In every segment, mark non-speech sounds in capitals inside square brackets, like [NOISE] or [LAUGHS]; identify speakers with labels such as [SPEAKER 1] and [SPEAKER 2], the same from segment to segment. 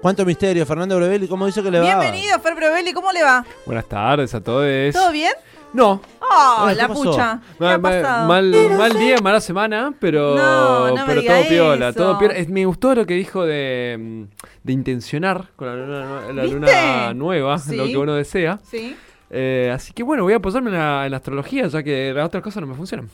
[SPEAKER 1] ¿Cuánto misterio? Fernando Brevelli, ¿cómo dice que le va?
[SPEAKER 2] Bienvenido, Fer Brovelli, ¿cómo le va?
[SPEAKER 3] Buenas tardes a todos.
[SPEAKER 2] ¿Todo bien?
[SPEAKER 3] No,
[SPEAKER 2] Oh,
[SPEAKER 1] Ay, ¿qué
[SPEAKER 2] la
[SPEAKER 1] pasó?
[SPEAKER 2] pucha. ¿Qué
[SPEAKER 3] ma-
[SPEAKER 2] ha
[SPEAKER 3] ma-
[SPEAKER 2] pasado?
[SPEAKER 3] Ah, mal, mal día, mala semana, pero,
[SPEAKER 2] No, no me
[SPEAKER 3] pero
[SPEAKER 2] diga
[SPEAKER 3] todo piola,
[SPEAKER 2] eso.
[SPEAKER 3] todo piola. Es- Me gustó lo que dijo de, mm, de intencionar con la luna, nue- la
[SPEAKER 2] ¿Viste?
[SPEAKER 3] luna nueva,
[SPEAKER 2] Sí.
[SPEAKER 3] lo que uno desea.
[SPEAKER 2] Sí. [LAUGHS]
[SPEAKER 3] Eh, así que bueno, voy a apoyarme en la, en la astrología, ya que las otras cosas no me funcionan.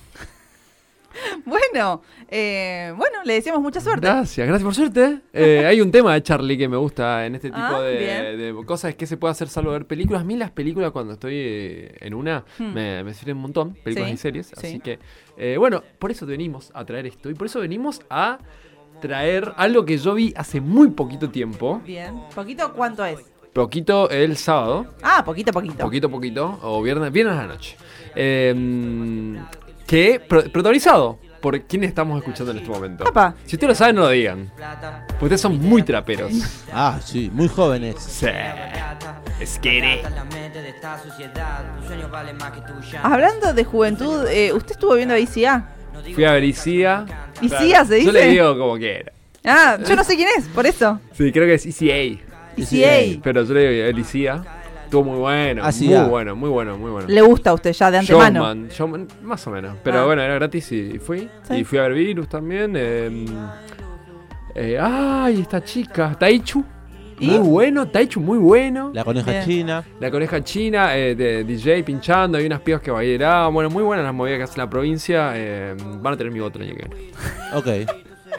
[SPEAKER 2] Bueno, eh, bueno, le decimos mucha suerte.
[SPEAKER 3] Gracias, gracias por suerte. Eh, hay un tema de Charlie que me gusta en este tipo
[SPEAKER 2] Ah,
[SPEAKER 3] de,
[SPEAKER 2] bien.
[SPEAKER 3] de cosas, es que se puede hacer salvo ver películas. A mí las películas cuando estoy eh, en una
[SPEAKER 2] Hmm.
[SPEAKER 3] me, me sirven un montón, películas
[SPEAKER 2] Sí,
[SPEAKER 3] y series.
[SPEAKER 2] sí.
[SPEAKER 3] Así que, eh, bueno, por eso venimos a traer esto y por eso venimos a traer algo que yo vi hace muy poquito tiempo,
[SPEAKER 2] Bien. ¿Poquito cuánto es?
[SPEAKER 3] poquito el sábado,
[SPEAKER 2] Ah, poquito, poquito.
[SPEAKER 3] poquito a poquito, o viernes, viernes a la noche, Eh, que pro- protagonizado por quién estamos escuchando en este momento.
[SPEAKER 2] Papá.
[SPEAKER 3] Si ustedes lo saben, no lo digan. Pues ustedes son muy traperos.
[SPEAKER 1] Ah, sí, muy jóvenes.
[SPEAKER 3] Sí. Skitty.
[SPEAKER 2] Hablando de juventud, eh, usted estuvo viendo a ICA.
[SPEAKER 3] Fui a ver Isia.
[SPEAKER 2] ¿Isia
[SPEAKER 3] Claro,
[SPEAKER 2] se
[SPEAKER 3] Yo
[SPEAKER 2] dice?
[SPEAKER 3] le digo como quiera.
[SPEAKER 2] Ah, yo no sé quién es, por
[SPEAKER 3] [LAUGHS]
[SPEAKER 2] eso.
[SPEAKER 3] Sí, creo que es ICA.
[SPEAKER 2] ICA.
[SPEAKER 3] Pero yo le digo el ICA. Estuvo muy bueno.
[SPEAKER 1] Ah, sí,
[SPEAKER 3] muy
[SPEAKER 1] ah.
[SPEAKER 3] bueno, muy bueno, muy bueno.
[SPEAKER 2] Le gusta a usted ya de antemano.
[SPEAKER 3] Showman, showman, más o menos. Pero
[SPEAKER 2] Ah.
[SPEAKER 3] bueno, era gratis y fui.
[SPEAKER 2] Sí.
[SPEAKER 3] Y fui a ver Virus también. eh, eh, ay, esta chica, Taichu. Muy bueno, Taichu, muy bueno.
[SPEAKER 1] La coneja
[SPEAKER 2] Bien.
[SPEAKER 1] china.
[SPEAKER 3] La coneja china, eh, de DJ pinchando, hay unas pibas que bailaban. Bueno, muy buenas las movidas que hace la provincia. eh, van a tener mi voto el año que viene.
[SPEAKER 1] Ok.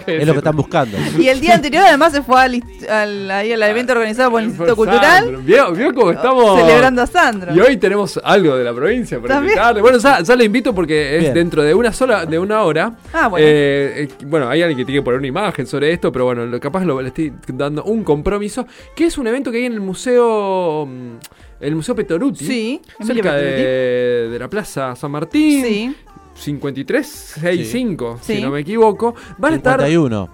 [SPEAKER 1] Es
[SPEAKER 3] [LAUGHS]
[SPEAKER 1] lo que están buscando.
[SPEAKER 2] Y el día anterior además se fue al, inst- al- ahí al evento organizado por el Instituto
[SPEAKER 3] Por
[SPEAKER 2] Cultural, Oh,
[SPEAKER 3] Sandro. Vio, vio cómo estamos.
[SPEAKER 2] celebrando a Sandro.
[SPEAKER 3] Y hoy tenemos algo de la provincia para
[SPEAKER 2] También.
[SPEAKER 3] invitarle. Bueno, ya, ya le invito porque es
[SPEAKER 1] Bien.
[SPEAKER 3] dentro de una sola, de una hora.
[SPEAKER 2] Ah, bueno.
[SPEAKER 3] Eh, eh, bueno, hay alguien que tiene que poner una imagen sobre esto, pero bueno, lo, capaz lo, le estoy dando un compromiso. Que es un evento que hay en el museo. mm, El Museo Petoruti.
[SPEAKER 2] Sí, Emilio
[SPEAKER 3] Cerca de, de la Plaza San Martín.
[SPEAKER 2] Sí.
[SPEAKER 3] 5365,
[SPEAKER 2] Sí.
[SPEAKER 3] si no me equivoco. Van a estar.
[SPEAKER 1] 51.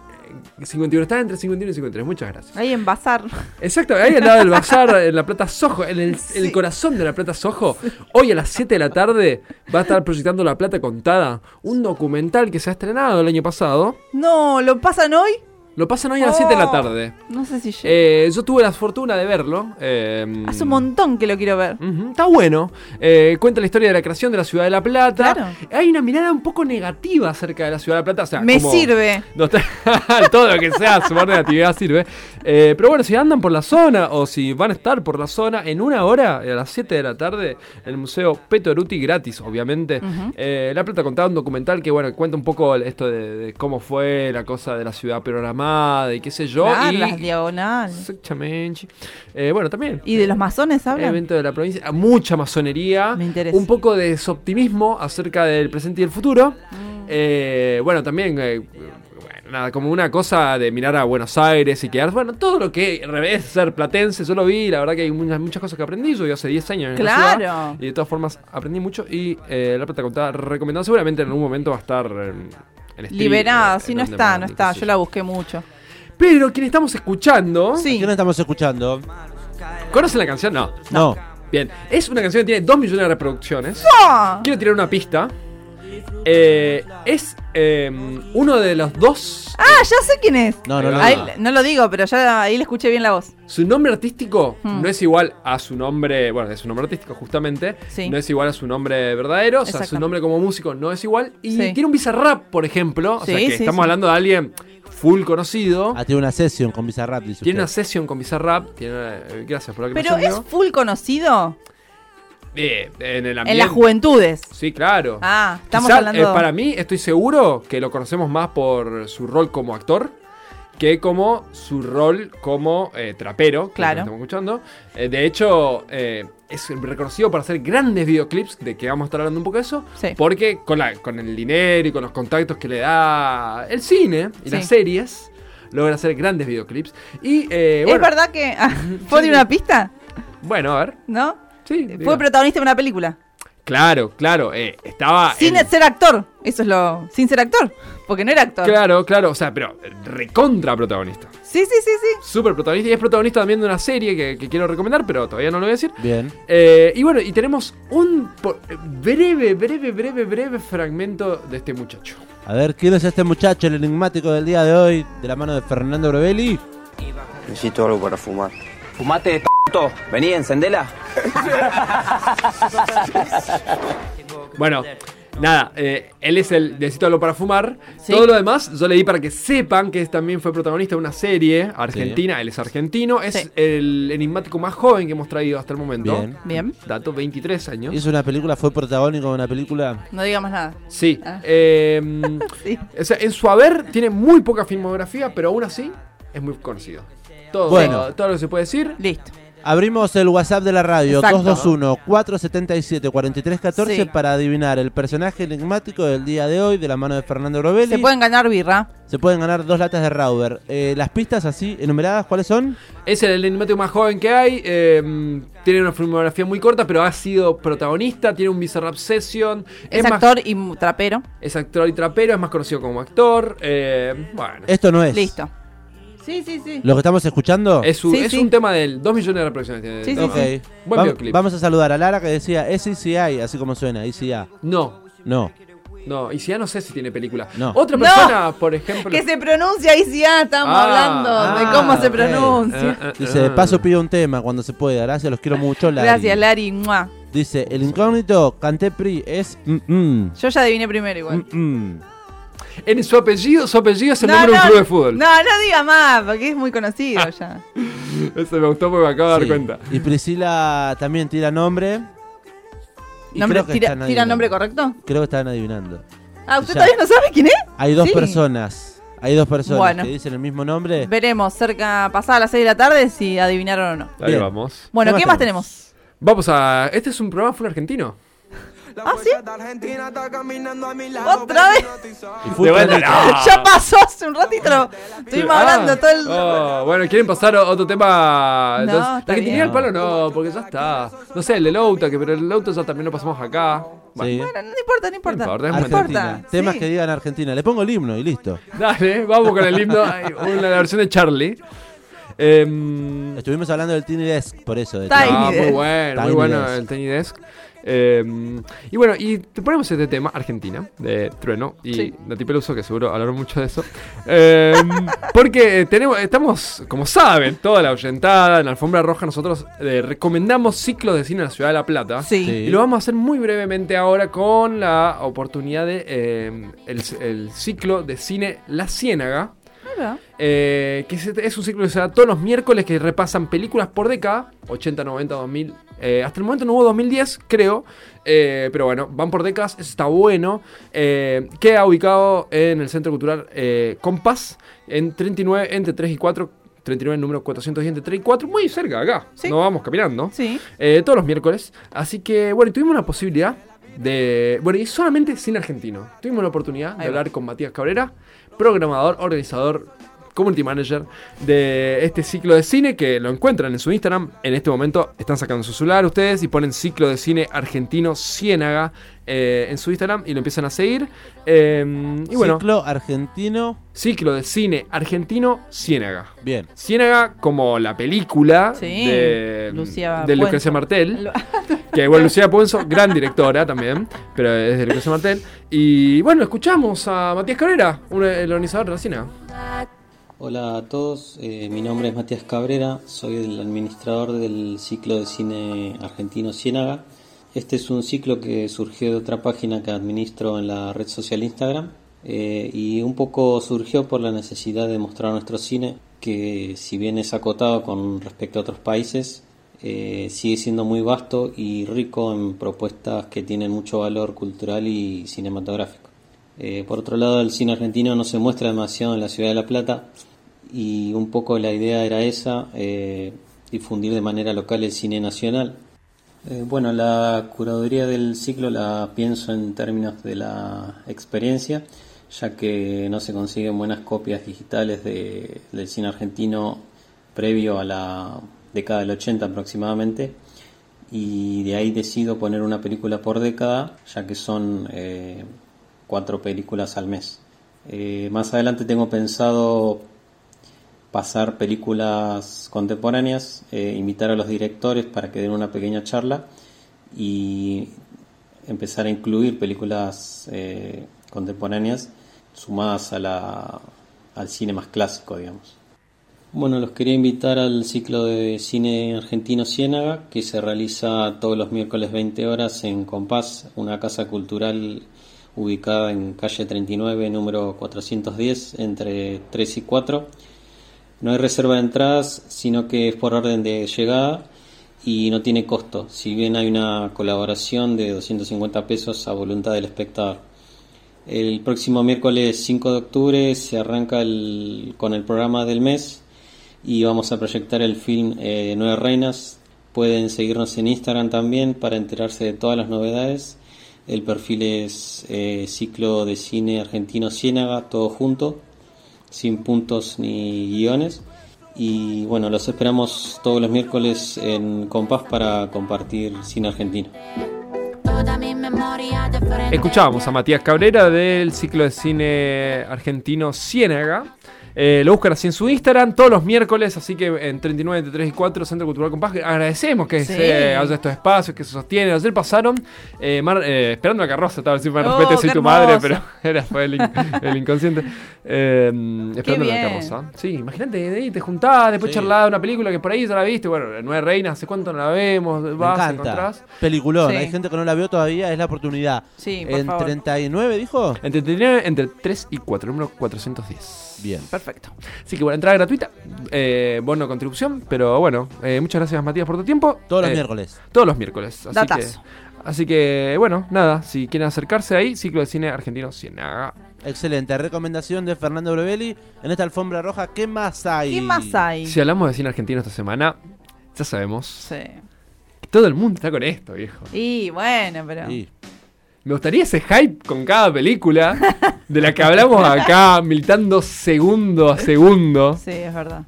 [SPEAKER 3] 51, está entre 51 y 53. Muchas gracias.
[SPEAKER 2] Ahí en Bazar.
[SPEAKER 3] Exacto, ahí al lado del bazar, en la Plata Sojo, en el,
[SPEAKER 2] Sí.
[SPEAKER 3] el corazón de la Plata Sojo, hoy a las 7 de la tarde va a estar proyectando La Plata Contada, un documental que se ha estrenado el año pasado.
[SPEAKER 2] No, ¿lo pasan hoy?
[SPEAKER 3] Lo pasan hoy a las 7 de la
[SPEAKER 2] Oh.
[SPEAKER 3] tarde.
[SPEAKER 2] No sé si llega.
[SPEAKER 3] Eh, yo tuve la fortuna de verlo. eh,
[SPEAKER 2] Hace un montón que lo quiero ver.
[SPEAKER 3] Ujú, está bueno. Eh, cuenta la historia de la creación de la ciudad de La Plata.
[SPEAKER 2] Claro.
[SPEAKER 3] Hay una mirada un poco negativa acerca de la ciudad de La Plata. o sea,
[SPEAKER 2] Me
[SPEAKER 3] como-
[SPEAKER 2] sirve.
[SPEAKER 3] no está- [LAUGHS] todo lo que sea sumar negatividad sirve. Eh, pero bueno, si andan por la zona o si van a estar por la zona, en una hora, a las 7 de la tarde, en el Museo Petoruti, gratis, obviamente. Eh, la Plata contaba un documental que, bueno, cuenta un poco el- esto de, de cómo fue la cosa de la ciudad programada y qué sé yo.
[SPEAKER 2] Claro,
[SPEAKER 3] y,
[SPEAKER 2] las diagonales.
[SPEAKER 3] Exactamente. Eh, bueno, también.
[SPEAKER 2] ¿Y de los masones hablan?
[SPEAKER 3] Evento de la provincia, ah, mucha masonería,
[SPEAKER 2] Me interesa.
[SPEAKER 3] un poco de desoptimismo acerca del presente y el futuro.
[SPEAKER 2] Mm.
[SPEAKER 3] Eh, bueno, también eh, bueno, nada, como una cosa de mirar a Buenos Aires y quedar, bueno, todo lo que revés ser platense, yo lo vi, y la verdad que hay muchas, muchas cosas que aprendí, yo vivo hace 10 años en la
[SPEAKER 2] Claro.
[SPEAKER 3] ciudad, y de todas formas aprendí mucho y eh, la plata contada recomendada, seguramente en algún momento va a estar... eh, en stream,
[SPEAKER 2] Liberada,
[SPEAKER 3] en-
[SPEAKER 2] sí,
[SPEAKER 3] en
[SPEAKER 2] no
[SPEAKER 3] on
[SPEAKER 2] está, no
[SPEAKER 3] demand, y eh, qué
[SPEAKER 2] está. Yo
[SPEAKER 3] sé yo.
[SPEAKER 2] la busqué mucho.
[SPEAKER 3] Pero quien estamos escuchando...
[SPEAKER 2] Sí.
[SPEAKER 1] ¿Qué no estamos escuchando?
[SPEAKER 3] ¿Conocen la canción? No.
[SPEAKER 1] No.
[SPEAKER 3] Bien, es una canción que tiene 2 millones de reproducciones.
[SPEAKER 2] ¡Ah!
[SPEAKER 3] Quiero tirar una pista. Eh, es eh, uno de los dos.
[SPEAKER 2] Ah, ya sé quién es.
[SPEAKER 1] No, no, no.
[SPEAKER 2] Ahí-
[SPEAKER 1] no.
[SPEAKER 2] no lo digo, pero ya ahí le escuché bien la voz.
[SPEAKER 3] Su nombre artístico
[SPEAKER 2] Hmm.
[SPEAKER 3] no es igual a su nombre. Bueno, es su nombre artístico, justamente.
[SPEAKER 2] Sí.
[SPEAKER 3] No es igual a su nombre verdadero. O sea,
[SPEAKER 2] Exacto.
[SPEAKER 3] su nombre como músico no es igual. Y
[SPEAKER 2] Sí.
[SPEAKER 3] tiene un bizarrap, por ejemplo. O sea,
[SPEAKER 2] Sí,
[SPEAKER 3] que
[SPEAKER 2] sí,
[SPEAKER 3] estamos
[SPEAKER 2] sí.
[SPEAKER 3] hablando de alguien full conocido.
[SPEAKER 1] Ah, tiene una sesión con Bizarrap, dice
[SPEAKER 3] Tiene una
[SPEAKER 1] usted.
[SPEAKER 3] sesión con Bizarrap. Tiene, eh, gracias por la
[SPEAKER 2] Pero
[SPEAKER 3] aclaración,
[SPEAKER 2] es
[SPEAKER 3] Diego.
[SPEAKER 2] full conocido
[SPEAKER 3] Eh, en el
[SPEAKER 2] en
[SPEAKER 3] ambiente.
[SPEAKER 2] las juventudes.
[SPEAKER 3] Sí, claro.
[SPEAKER 2] Ah, estamos
[SPEAKER 3] Quizá,
[SPEAKER 2] hablando.
[SPEAKER 3] eh, para mí, estoy seguro que lo conocemos más por su rol como actor que como su rol como eh, trapero, que
[SPEAKER 2] Claro.
[SPEAKER 3] es lo que estamos escuchando. Eh, de hecho, eh, es reconocido por hacer grandes videoclips, de que vamos a estar hablando un poco de eso,
[SPEAKER 2] Sí.
[SPEAKER 3] porque con, la, con el dinero y con los contactos que le da el cine y
[SPEAKER 2] Sí.
[SPEAKER 3] las series, logra hacer grandes videoclips. Y, eh,
[SPEAKER 2] ¿Es
[SPEAKER 3] bueno,
[SPEAKER 2] verdad que
[SPEAKER 3] [LAUGHS]
[SPEAKER 2] ah, fue de una pista?
[SPEAKER 3] bueno, a ver.
[SPEAKER 2] ¿No?
[SPEAKER 3] Sí, diga.
[SPEAKER 2] Fue protagonista de una película.
[SPEAKER 3] claro, claro. eh, estaba
[SPEAKER 2] Sin
[SPEAKER 3] en-
[SPEAKER 2] ser actor. Eso es lo. Sin ser actor. Porque no era actor.
[SPEAKER 3] Claro, claro, o sea, pero recontra protagonista.
[SPEAKER 2] Sí, sí, sí, sí.
[SPEAKER 3] Súper protagonista. Y es protagonista también de una serie que, que quiero recomendar, pero todavía no lo voy a decir.
[SPEAKER 1] Bien.
[SPEAKER 3] Eh, y bueno, y tenemos un po- eh, breve, breve, breve, breve fragmento de este muchacho.
[SPEAKER 1] A ver, ¿quién es este muchacho, el enigmático del día de hoy, de la mano de Fernando Brevelli?
[SPEAKER 4] Necesito algo para fumar.
[SPEAKER 5] Fumate de Vení, encendela.
[SPEAKER 3] Bueno, nada, eh, él es el Necesito algo para fumar.
[SPEAKER 2] Sí.
[SPEAKER 3] Todo lo demás yo leí para que sepan que es- también fue protagonista de una serie argentina. Él es argentino, es
[SPEAKER 2] Sí.
[SPEAKER 3] el enigmático más joven que hemos traído hasta el momento.
[SPEAKER 1] Bien.
[SPEAKER 2] Bien.
[SPEAKER 3] Dato 23 años.
[SPEAKER 1] Hizo una película, fue protagónico de una película.
[SPEAKER 2] No diga más nada.
[SPEAKER 3] Sí.
[SPEAKER 2] Ah.
[SPEAKER 3] eh,
[SPEAKER 2] Sí.
[SPEAKER 3] o sea, en su haber tiene muy poca filmografía, pero aún así es muy conocido. Todo,
[SPEAKER 1] Bueno.
[SPEAKER 3] todo lo que se puede decir.
[SPEAKER 2] Listo.
[SPEAKER 1] Abrimos el WhatsApp de la radio,
[SPEAKER 2] Exacto.
[SPEAKER 1] 221-477-4314,
[SPEAKER 2] Sí.
[SPEAKER 1] para adivinar el personaje enigmático del día de hoy de la mano de Fernando Robelli.
[SPEAKER 2] Se pueden ganar birra.
[SPEAKER 1] Se pueden ganar dos latas de Rauber. Eh, las pistas así enumeradas, ¿cuáles son?
[SPEAKER 3] Es el enigmático más joven que hay. eh, tiene una filmografía muy corta, pero ha sido protagonista. Tiene un Bizarrap Session.
[SPEAKER 2] Es,
[SPEAKER 3] más-
[SPEAKER 2] actor y mu- trapero.
[SPEAKER 3] es actor y trapero. Es más conocido como actor. eh, bueno. Es,
[SPEAKER 1] Esto no es.
[SPEAKER 2] Listo. Sí, sí, sí.
[SPEAKER 1] Lo que estamos escuchando.
[SPEAKER 3] un,
[SPEAKER 2] Sí,
[SPEAKER 3] es
[SPEAKER 2] sí.
[SPEAKER 3] un tema del 2 millones de reproducciones. tiene el
[SPEAKER 2] Sí, sí,
[SPEAKER 3] tema.
[SPEAKER 1] Ok.
[SPEAKER 2] sí.
[SPEAKER 3] Buen
[SPEAKER 1] Va-
[SPEAKER 3] videoclip.
[SPEAKER 1] Vamos a saludar a Lara que decía, es ECI, así como suena, ECA.
[SPEAKER 3] No,
[SPEAKER 1] No.
[SPEAKER 3] no. Y si ya no sé si tiene película.
[SPEAKER 1] No.
[SPEAKER 3] Otra
[SPEAKER 2] No.
[SPEAKER 3] persona, por ejemplo.
[SPEAKER 2] Que se pronuncia y si ya estamos
[SPEAKER 3] Ah,
[SPEAKER 2] hablando
[SPEAKER 1] ah,
[SPEAKER 2] de cómo se
[SPEAKER 1] ok. Eh,
[SPEAKER 2] pronuncia.
[SPEAKER 3] Ah, ah,
[SPEAKER 1] Dice, de
[SPEAKER 3] ah.
[SPEAKER 1] paso pido un tema cuando se pueda. Gracias, los quiero mucho. Lari.
[SPEAKER 2] Gracias, Lari. Mua.
[SPEAKER 1] Dice, el incógnito canté PRI es... mm, mm,
[SPEAKER 2] Yo ya adiviné primero igual.
[SPEAKER 1] mm, mm".
[SPEAKER 3] En su apellido, su apellido es el nombre de un club de fútbol.
[SPEAKER 2] No, no diga más, porque es muy
[SPEAKER 1] Ah.
[SPEAKER 2] conocido ya.
[SPEAKER 3] Eso me gustó porque me acabo de
[SPEAKER 1] Sí.
[SPEAKER 3] dar cuenta.
[SPEAKER 1] Y Priscila también tira nombre. Y
[SPEAKER 2] Nombre-
[SPEAKER 1] creo que
[SPEAKER 2] tira,
[SPEAKER 1] están
[SPEAKER 2] tira
[SPEAKER 1] adivinando.
[SPEAKER 2] nombre correcto?
[SPEAKER 1] Creo que están adivinando.
[SPEAKER 2] Ah, ¿usted
[SPEAKER 1] Ya.
[SPEAKER 2] todavía no sabe quién es?
[SPEAKER 1] Hay dos
[SPEAKER 2] Sí.
[SPEAKER 1] personas. Hay dos personas
[SPEAKER 2] Bueno.
[SPEAKER 1] que dicen el mismo nombre.
[SPEAKER 2] Veremos cerca, pasada las 6 de la tarde, si adivinaron o no.
[SPEAKER 3] Ahí
[SPEAKER 1] Bien.
[SPEAKER 3] vamos.
[SPEAKER 2] Bueno,
[SPEAKER 1] ¿Qué
[SPEAKER 2] ¿qué
[SPEAKER 1] más
[SPEAKER 2] más tenemos?
[SPEAKER 3] Vamos a. Este es un programa full argentino.
[SPEAKER 2] ¿Ah, sí?
[SPEAKER 6] ¿Otra vez?
[SPEAKER 3] [LAUGHS]
[SPEAKER 1] Y fútbol.
[SPEAKER 2] Ya pasó hace un ratito, lo- estuvimos
[SPEAKER 3] Ah,
[SPEAKER 2] hablando todo el...
[SPEAKER 3] oh, bueno, ¿quieren pasar o- otro tema?
[SPEAKER 2] No,
[SPEAKER 3] Entonces,
[SPEAKER 2] está
[SPEAKER 3] la que tenía
[SPEAKER 1] bien.
[SPEAKER 3] el palo no, porque ya está. No sé, el de Louta, que pero el Louta ya también lo pasamos acá. Bueno,
[SPEAKER 1] Sí.
[SPEAKER 2] Bueno, no importa, no importa.
[SPEAKER 3] No importa, es
[SPEAKER 2] no
[SPEAKER 3] un buen
[SPEAKER 1] Argentina.
[SPEAKER 2] importa.
[SPEAKER 1] Temas
[SPEAKER 2] sí.
[SPEAKER 1] que digan Argentina. Le pongo el himno y listo.
[SPEAKER 3] Dale, vamos con el himno, ay, una versión de Charlie. Em,
[SPEAKER 1] Estuvimos hablando del Tiny Desk, por eso. de
[SPEAKER 2] Está
[SPEAKER 1] Charlie.
[SPEAKER 2] Tiny
[SPEAKER 3] ah, muy
[SPEAKER 2] Desk.
[SPEAKER 3] bueno, muy
[SPEAKER 1] Tiny
[SPEAKER 3] bueno
[SPEAKER 1] Desk.
[SPEAKER 3] el Tiny Desk. Em, y bueno, y te ponemos este tema, Argentina, de Trueno y
[SPEAKER 2] Sí.
[SPEAKER 3] Nati Peluso, que seguro hablaron mucho de eso. Em,
[SPEAKER 2] [LAUGHS]
[SPEAKER 3] porque tenemos, estamos, como saben, toda la oyentada, en la alfombra roja, nosotros eh, recomendamos ciclos de cine en la ciudad de La Plata.
[SPEAKER 2] Sí.
[SPEAKER 1] Sí.
[SPEAKER 3] Y lo vamos a hacer muy brevemente ahora con la oportunidad de eh, el, el ciclo de cine La Ciénaga.
[SPEAKER 2] Ahí va.
[SPEAKER 3] eh, que se- es un ciclo que se da todos los miércoles que repasan películas por década, 80, 90, 2000. eh, hasta el momento no hubo 2010, creo. eh, pero bueno, van por décadas, eso está bueno. eh, queda ubicado en el Centro Cultural eh, Compás, en 39, entre 3 y 4. 39, número 410 entre 3 y 4, muy cerca acá.
[SPEAKER 2] Sí.
[SPEAKER 3] No vamos caminando.
[SPEAKER 2] Sí.
[SPEAKER 3] Eh, todos los miércoles. Así que, bueno, y tuvimos la posibilidad de. Bueno, y solamente sin argentino. Tuvimos la oportunidad de
[SPEAKER 2] Ahí va.
[SPEAKER 3] hablar con Matías Cabrera, programador, organizador, community manager de este ciclo de cine que lo encuentran en su Instagram. En este momento están sacando su celular ustedes y ponen ciclo de cine argentino Ciénaga eh, en su Instagram y lo empiezan a seguir. Eh, y bueno,
[SPEAKER 1] Ciclo argentino.
[SPEAKER 3] ciclo de cine argentino Ciénaga.
[SPEAKER 1] Bien.
[SPEAKER 3] Ciénaga como la película
[SPEAKER 2] Sí,
[SPEAKER 3] de, mm,
[SPEAKER 2] Lucía
[SPEAKER 3] de
[SPEAKER 2] Puenzo.
[SPEAKER 3] Lucrecia Martel.
[SPEAKER 2] Lo-
[SPEAKER 3] Que bueno, Lucía Puenzo, gran directora también, pero es de Lucrecia Martel. Y bueno, escuchamos a Matías Cabrera, un- el organizador de la cine.
[SPEAKER 7] Hola a todos, eh, mi nombre es Matías Cabrera, soy el administrador del ciclo de cine argentino Ciénaga. Este es un ciclo que surgió de otra página que administro en la red social Instagram eh, y un poco surgió por la necesidad de mostrar nuestro cine, que si bien es acotado con respecto a otros países, eh, sigue siendo muy vasto y rico en propuestas que tienen mucho valor cultural y cinematográfico. Eh, por otro lado, el cine argentino no se muestra demasiado en la ciudad de La Plata y un poco la idea era esa, eh, difundir de manera local el cine nacional. Eh, bueno, la curaduría del ciclo la pienso en términos de la experiencia, ya que no se consiguen buenas copias digitales de- del cine argentino previo a la década del 80 aproximadamente y de ahí decido poner una película por década, ya que son eh, cuatro películas al mes. Eh, más adelante tengo pensado pasar películas contemporáneas, eh, invitar a los directores para que den una pequeña charla y empezar a incluir películas eh, contemporáneas sumadas a la, al cine más clásico, digamos. Bueno, los quería invitar al ciclo de cine argentino Ciénaga, que se realiza todos los miércoles 20 horas en Compás, una casa cultural ubicada en calle 39, número 410, entre 3 y 4. No hay reserva de entradas, sino que es por orden de llegada y no tiene costo, si bien hay una colaboración de 250 pesos a voluntad del espectador. El próximo miércoles 5 de octubre se arranca el- con el programa del mes y vamos a proyectar el film eh, Nueve Reinas. Pueden seguirnos en Instagram también para enterarse de todas las novedades. El perfil es eh, Ciclo de Cine Argentino Ciénaga, todo junto, sin puntos ni guiones. Y bueno, los esperamos todos los miércoles en Compás para compartir cine argentino.
[SPEAKER 4] Toda mi memoria de frente.
[SPEAKER 3] Escuchábamos a Matías Cabrera del ciclo de cine argentino Ciénaga. Eh, lo buscan así en su Instagram todos los miércoles, así que en 39, 33 y 4, Centro Cultural Compás. que Agradecemos que
[SPEAKER 2] Sí.
[SPEAKER 3] se haya estos espacios, que se sostienen. Ayer pasaron, eh, Mar- eh, esperando la carroza, estaba encima de
[SPEAKER 2] Oh,
[SPEAKER 3] respeto, soy
[SPEAKER 2] qué
[SPEAKER 3] tu madre,
[SPEAKER 2] hermoso.
[SPEAKER 3] pero [LAUGHS] era, fue el, in- el inconsciente. Eh, esperando la
[SPEAKER 2] bien.
[SPEAKER 3] carroza. Sí, imagínate, eh, te juntás, después
[SPEAKER 1] Sí.
[SPEAKER 3] charlás una película que por ahí ya la viste. Bueno, Nueve Reinas, ¿hace cuánto no la vemos?
[SPEAKER 1] Me
[SPEAKER 3] Vas,
[SPEAKER 1] encanta.
[SPEAKER 3] encontrás.
[SPEAKER 1] Peliculón.
[SPEAKER 2] Sí.
[SPEAKER 1] Hay gente que no la vio todavía, es la oportunidad.
[SPEAKER 2] Sí, por
[SPEAKER 1] ¿En
[SPEAKER 2] favor.
[SPEAKER 1] 39 dijo?
[SPEAKER 3] Entre, 39 entre 3 y 4, número 410.
[SPEAKER 1] Bien.
[SPEAKER 2] Perfecto.
[SPEAKER 3] Así que bueno, entrada gratuita, eh, bono contribución, pero bueno, eh, muchas gracias Matías por tu tiempo.
[SPEAKER 1] Todos los
[SPEAKER 3] Eh,
[SPEAKER 1] miércoles.
[SPEAKER 3] Todos los miércoles. Así que,
[SPEAKER 2] Datazo.
[SPEAKER 3] así que bueno, nada, si quieren acercarse ahí, ciclo de cine argentino Ciénaga.
[SPEAKER 1] Excelente. Recomendación de Fernando Brevelli. En esta alfombra roja, ¿qué más hay?
[SPEAKER 2] ¿Qué más hay?
[SPEAKER 3] Si hablamos de cine argentino esta semana, ya sabemos
[SPEAKER 2] Sí.
[SPEAKER 3] que todo el mundo está con esto, viejo.
[SPEAKER 2] Y bueno, pero.
[SPEAKER 1] Sí.
[SPEAKER 3] Me gustaría ese hype con cada película de la que hablamos acá, militando segundo a segundo.
[SPEAKER 2] Sí, es verdad.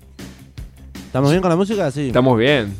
[SPEAKER 1] ¿Estamos bien con la música? Sí.
[SPEAKER 3] Estamos bien.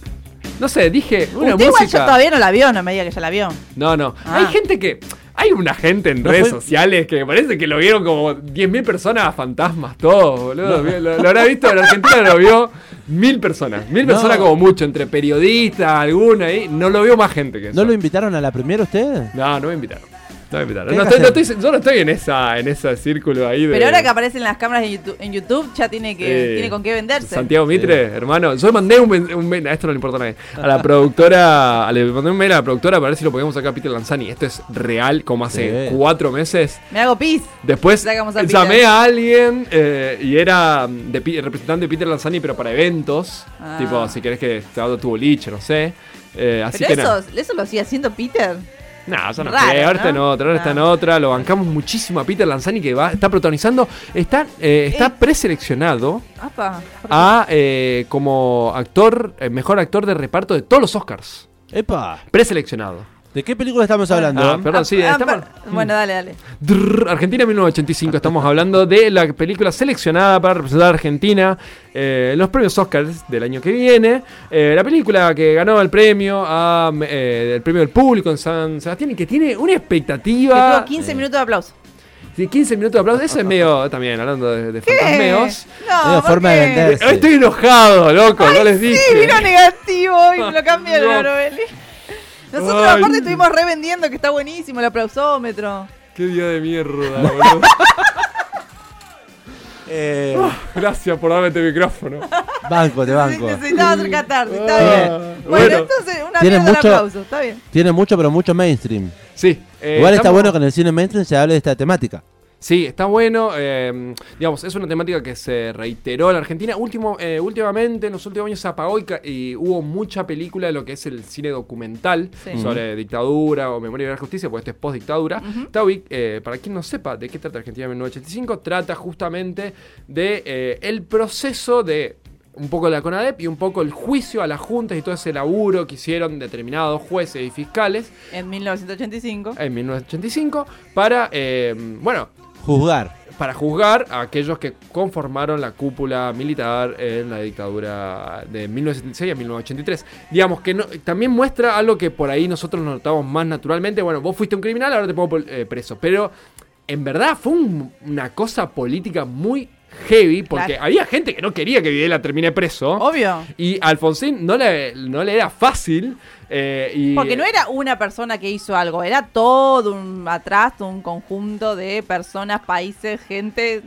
[SPEAKER 3] No sé, dije una
[SPEAKER 2] Usted igual ya
[SPEAKER 3] música.
[SPEAKER 2] todavía no la vio, no me diga que ya la vio.
[SPEAKER 3] No, no.
[SPEAKER 2] Ah.
[SPEAKER 3] Hay gente que. Hay una gente en
[SPEAKER 1] No
[SPEAKER 3] redes
[SPEAKER 1] fue-
[SPEAKER 3] sociales que me parece que lo vieron como 10.000 personas a fantasmas, todos, boludo. Lo, lo habrá visto, en Argentina lo vio mil personas. Mil
[SPEAKER 1] No.
[SPEAKER 3] personas como mucho, entre periodistas, alguna ahí. No lo vio más gente que eso.
[SPEAKER 1] ¿No lo invitaron a la primera usted?
[SPEAKER 3] no, no me invitaron. No me invitaron.
[SPEAKER 1] ¿Qué
[SPEAKER 3] No
[SPEAKER 1] hay que
[SPEAKER 3] estoy- no
[SPEAKER 1] hacer?
[SPEAKER 3] estoy- yo no estoy en esa, en ese círculo ahí de.
[SPEAKER 2] Pero ahora que aparecen las cámaras en YouTube, en YouTube ya tiene que
[SPEAKER 3] Sí.
[SPEAKER 2] tiene con qué venderse.
[SPEAKER 3] Eh, Santiago Mitre, hermano. Yo mandé un, men- un men- a esto no le importa a nadie. A la productora, [LAUGHS] a- le mandé un mail a la productora para ver si lo podíamos sacar a Peter Lanzani. Esto es real, como hace
[SPEAKER 1] Sí.
[SPEAKER 3] cuatro meses.
[SPEAKER 2] Me hago pis.
[SPEAKER 3] Después
[SPEAKER 2] Sacamos al
[SPEAKER 3] llamé
[SPEAKER 2] Peter.
[SPEAKER 3] a alguien eh, y era mm, de, Pi- representante de Peter Lanzani, pero para eventos.
[SPEAKER 2] Ah.
[SPEAKER 3] Tipo, si querés que te haga tu boliche, no sé. Eh, así
[SPEAKER 2] Pero
[SPEAKER 3] que
[SPEAKER 2] eso,
[SPEAKER 3] nada.
[SPEAKER 2] eso lo sigue haciendo Peter.
[SPEAKER 3] Nah, yo no
[SPEAKER 2] Raro,
[SPEAKER 3] creo. Ahora está en
[SPEAKER 2] ¿no?
[SPEAKER 3] otra, ahora está en
[SPEAKER 2] Ah.
[SPEAKER 3] otra. Lo bancamos muchísimo a Peter Lanzani que va, está protagonizando. Está, eh, está
[SPEAKER 2] Eh.
[SPEAKER 3] preseleccionado
[SPEAKER 2] Apa.
[SPEAKER 3] a eh, como actor, eh, mejor actor de reparto de todos los Oscars.
[SPEAKER 1] ¡Epa!
[SPEAKER 3] Preseleccionado.
[SPEAKER 1] ¿De qué película estamos hablando?
[SPEAKER 3] Ah, perdón,
[SPEAKER 2] Ah,
[SPEAKER 3] sí, Mm.
[SPEAKER 2] ah,
[SPEAKER 3] está
[SPEAKER 2] per-
[SPEAKER 3] mal.
[SPEAKER 2] Bueno, dale, dale.
[SPEAKER 3] Drrr, Argentina 1985, estamos hablando de la película seleccionada para representar a Argentina eh, en los premios Oscars del año que viene. Eh, la película que ganó el premio a, eh, el premio del público en San Sebastián y que tiene una
[SPEAKER 2] Que
[SPEAKER 3] expectativa
[SPEAKER 2] tuvo 15 minutos de aplauso.
[SPEAKER 3] de 15 minutos de aplauso. Eso es medio también, hablando de, de fantasmeos.
[SPEAKER 2] Eh, No,
[SPEAKER 1] Medio
[SPEAKER 2] ¿por
[SPEAKER 1] forma de
[SPEAKER 2] qué?
[SPEAKER 1] vender. Sí.
[SPEAKER 3] Estoy enojado, loco, no les dije.
[SPEAKER 2] Sí, vino negativo y me lo cambiaron,
[SPEAKER 3] No.
[SPEAKER 2] Arobeli. Nosotros
[SPEAKER 3] Ay.
[SPEAKER 2] aparte estuvimos revendiendo que está buenísimo el aplausómetro.
[SPEAKER 3] Qué día
[SPEAKER 2] [LAUGHS]
[SPEAKER 3] de mierda, boludo.
[SPEAKER 1] Eh,
[SPEAKER 3] [LAUGHS] Gracias por darme este micrófono.
[SPEAKER 1] banco, te
[SPEAKER 2] [LAUGHS]
[SPEAKER 1] banco.
[SPEAKER 2] Necesitaba hacer catarsis, está
[SPEAKER 3] Ah,
[SPEAKER 2] bien. Bueno,
[SPEAKER 3] bueno.
[SPEAKER 2] entonces una
[SPEAKER 1] Tiene
[SPEAKER 2] mierda
[SPEAKER 1] mucho-
[SPEAKER 2] el aplauso, está bien.
[SPEAKER 1] Tiene mucho, pero mucho mainstream.
[SPEAKER 3] Sí. eh,
[SPEAKER 1] Igual está
[SPEAKER 3] estamos-
[SPEAKER 1] bueno que en el cine mainstream se hable de esta temática.
[SPEAKER 3] Sí, está bueno. eh, digamos, es una temática que se reiteró en la Argentina. Último, eh, últimamente, en los últimos años se apagó y, ca- y hubo mucha película de lo que es el cine documental
[SPEAKER 2] Sí.
[SPEAKER 3] sobre dictadura o memoria de la justicia, porque esto es post-dictadura. Está ubic- eh, para quien no sepa de qué trata Argentina en 1985, trata justamente de eh, el proceso de un poco la CONADEP y un poco el juicio a las juntas y todo ese laburo que hicieron determinados jueces y fiscales
[SPEAKER 2] En 1985.
[SPEAKER 3] en 1985 para, eh, bueno,
[SPEAKER 1] Juzgar.
[SPEAKER 3] para juzgar a aquellos que conformaron la cúpula militar en la dictadura de 1976 a 1983. Digamos que no- también muestra algo que por ahí nosotros nos notamos más naturalmente. Bueno, vos fuiste un criminal, ahora te pongo pol- eh, preso. Pero en verdad fue un- una cosa política muy heavy porque
[SPEAKER 2] Claro.
[SPEAKER 3] había gente que no quería que Videla termine preso.
[SPEAKER 2] Obvio.
[SPEAKER 3] Y a Alfonsín no le, no le era fácil. eh, y,
[SPEAKER 2] Porque no era una persona que hizo algo, era todo un atrás, un conjunto de personas, países, gente.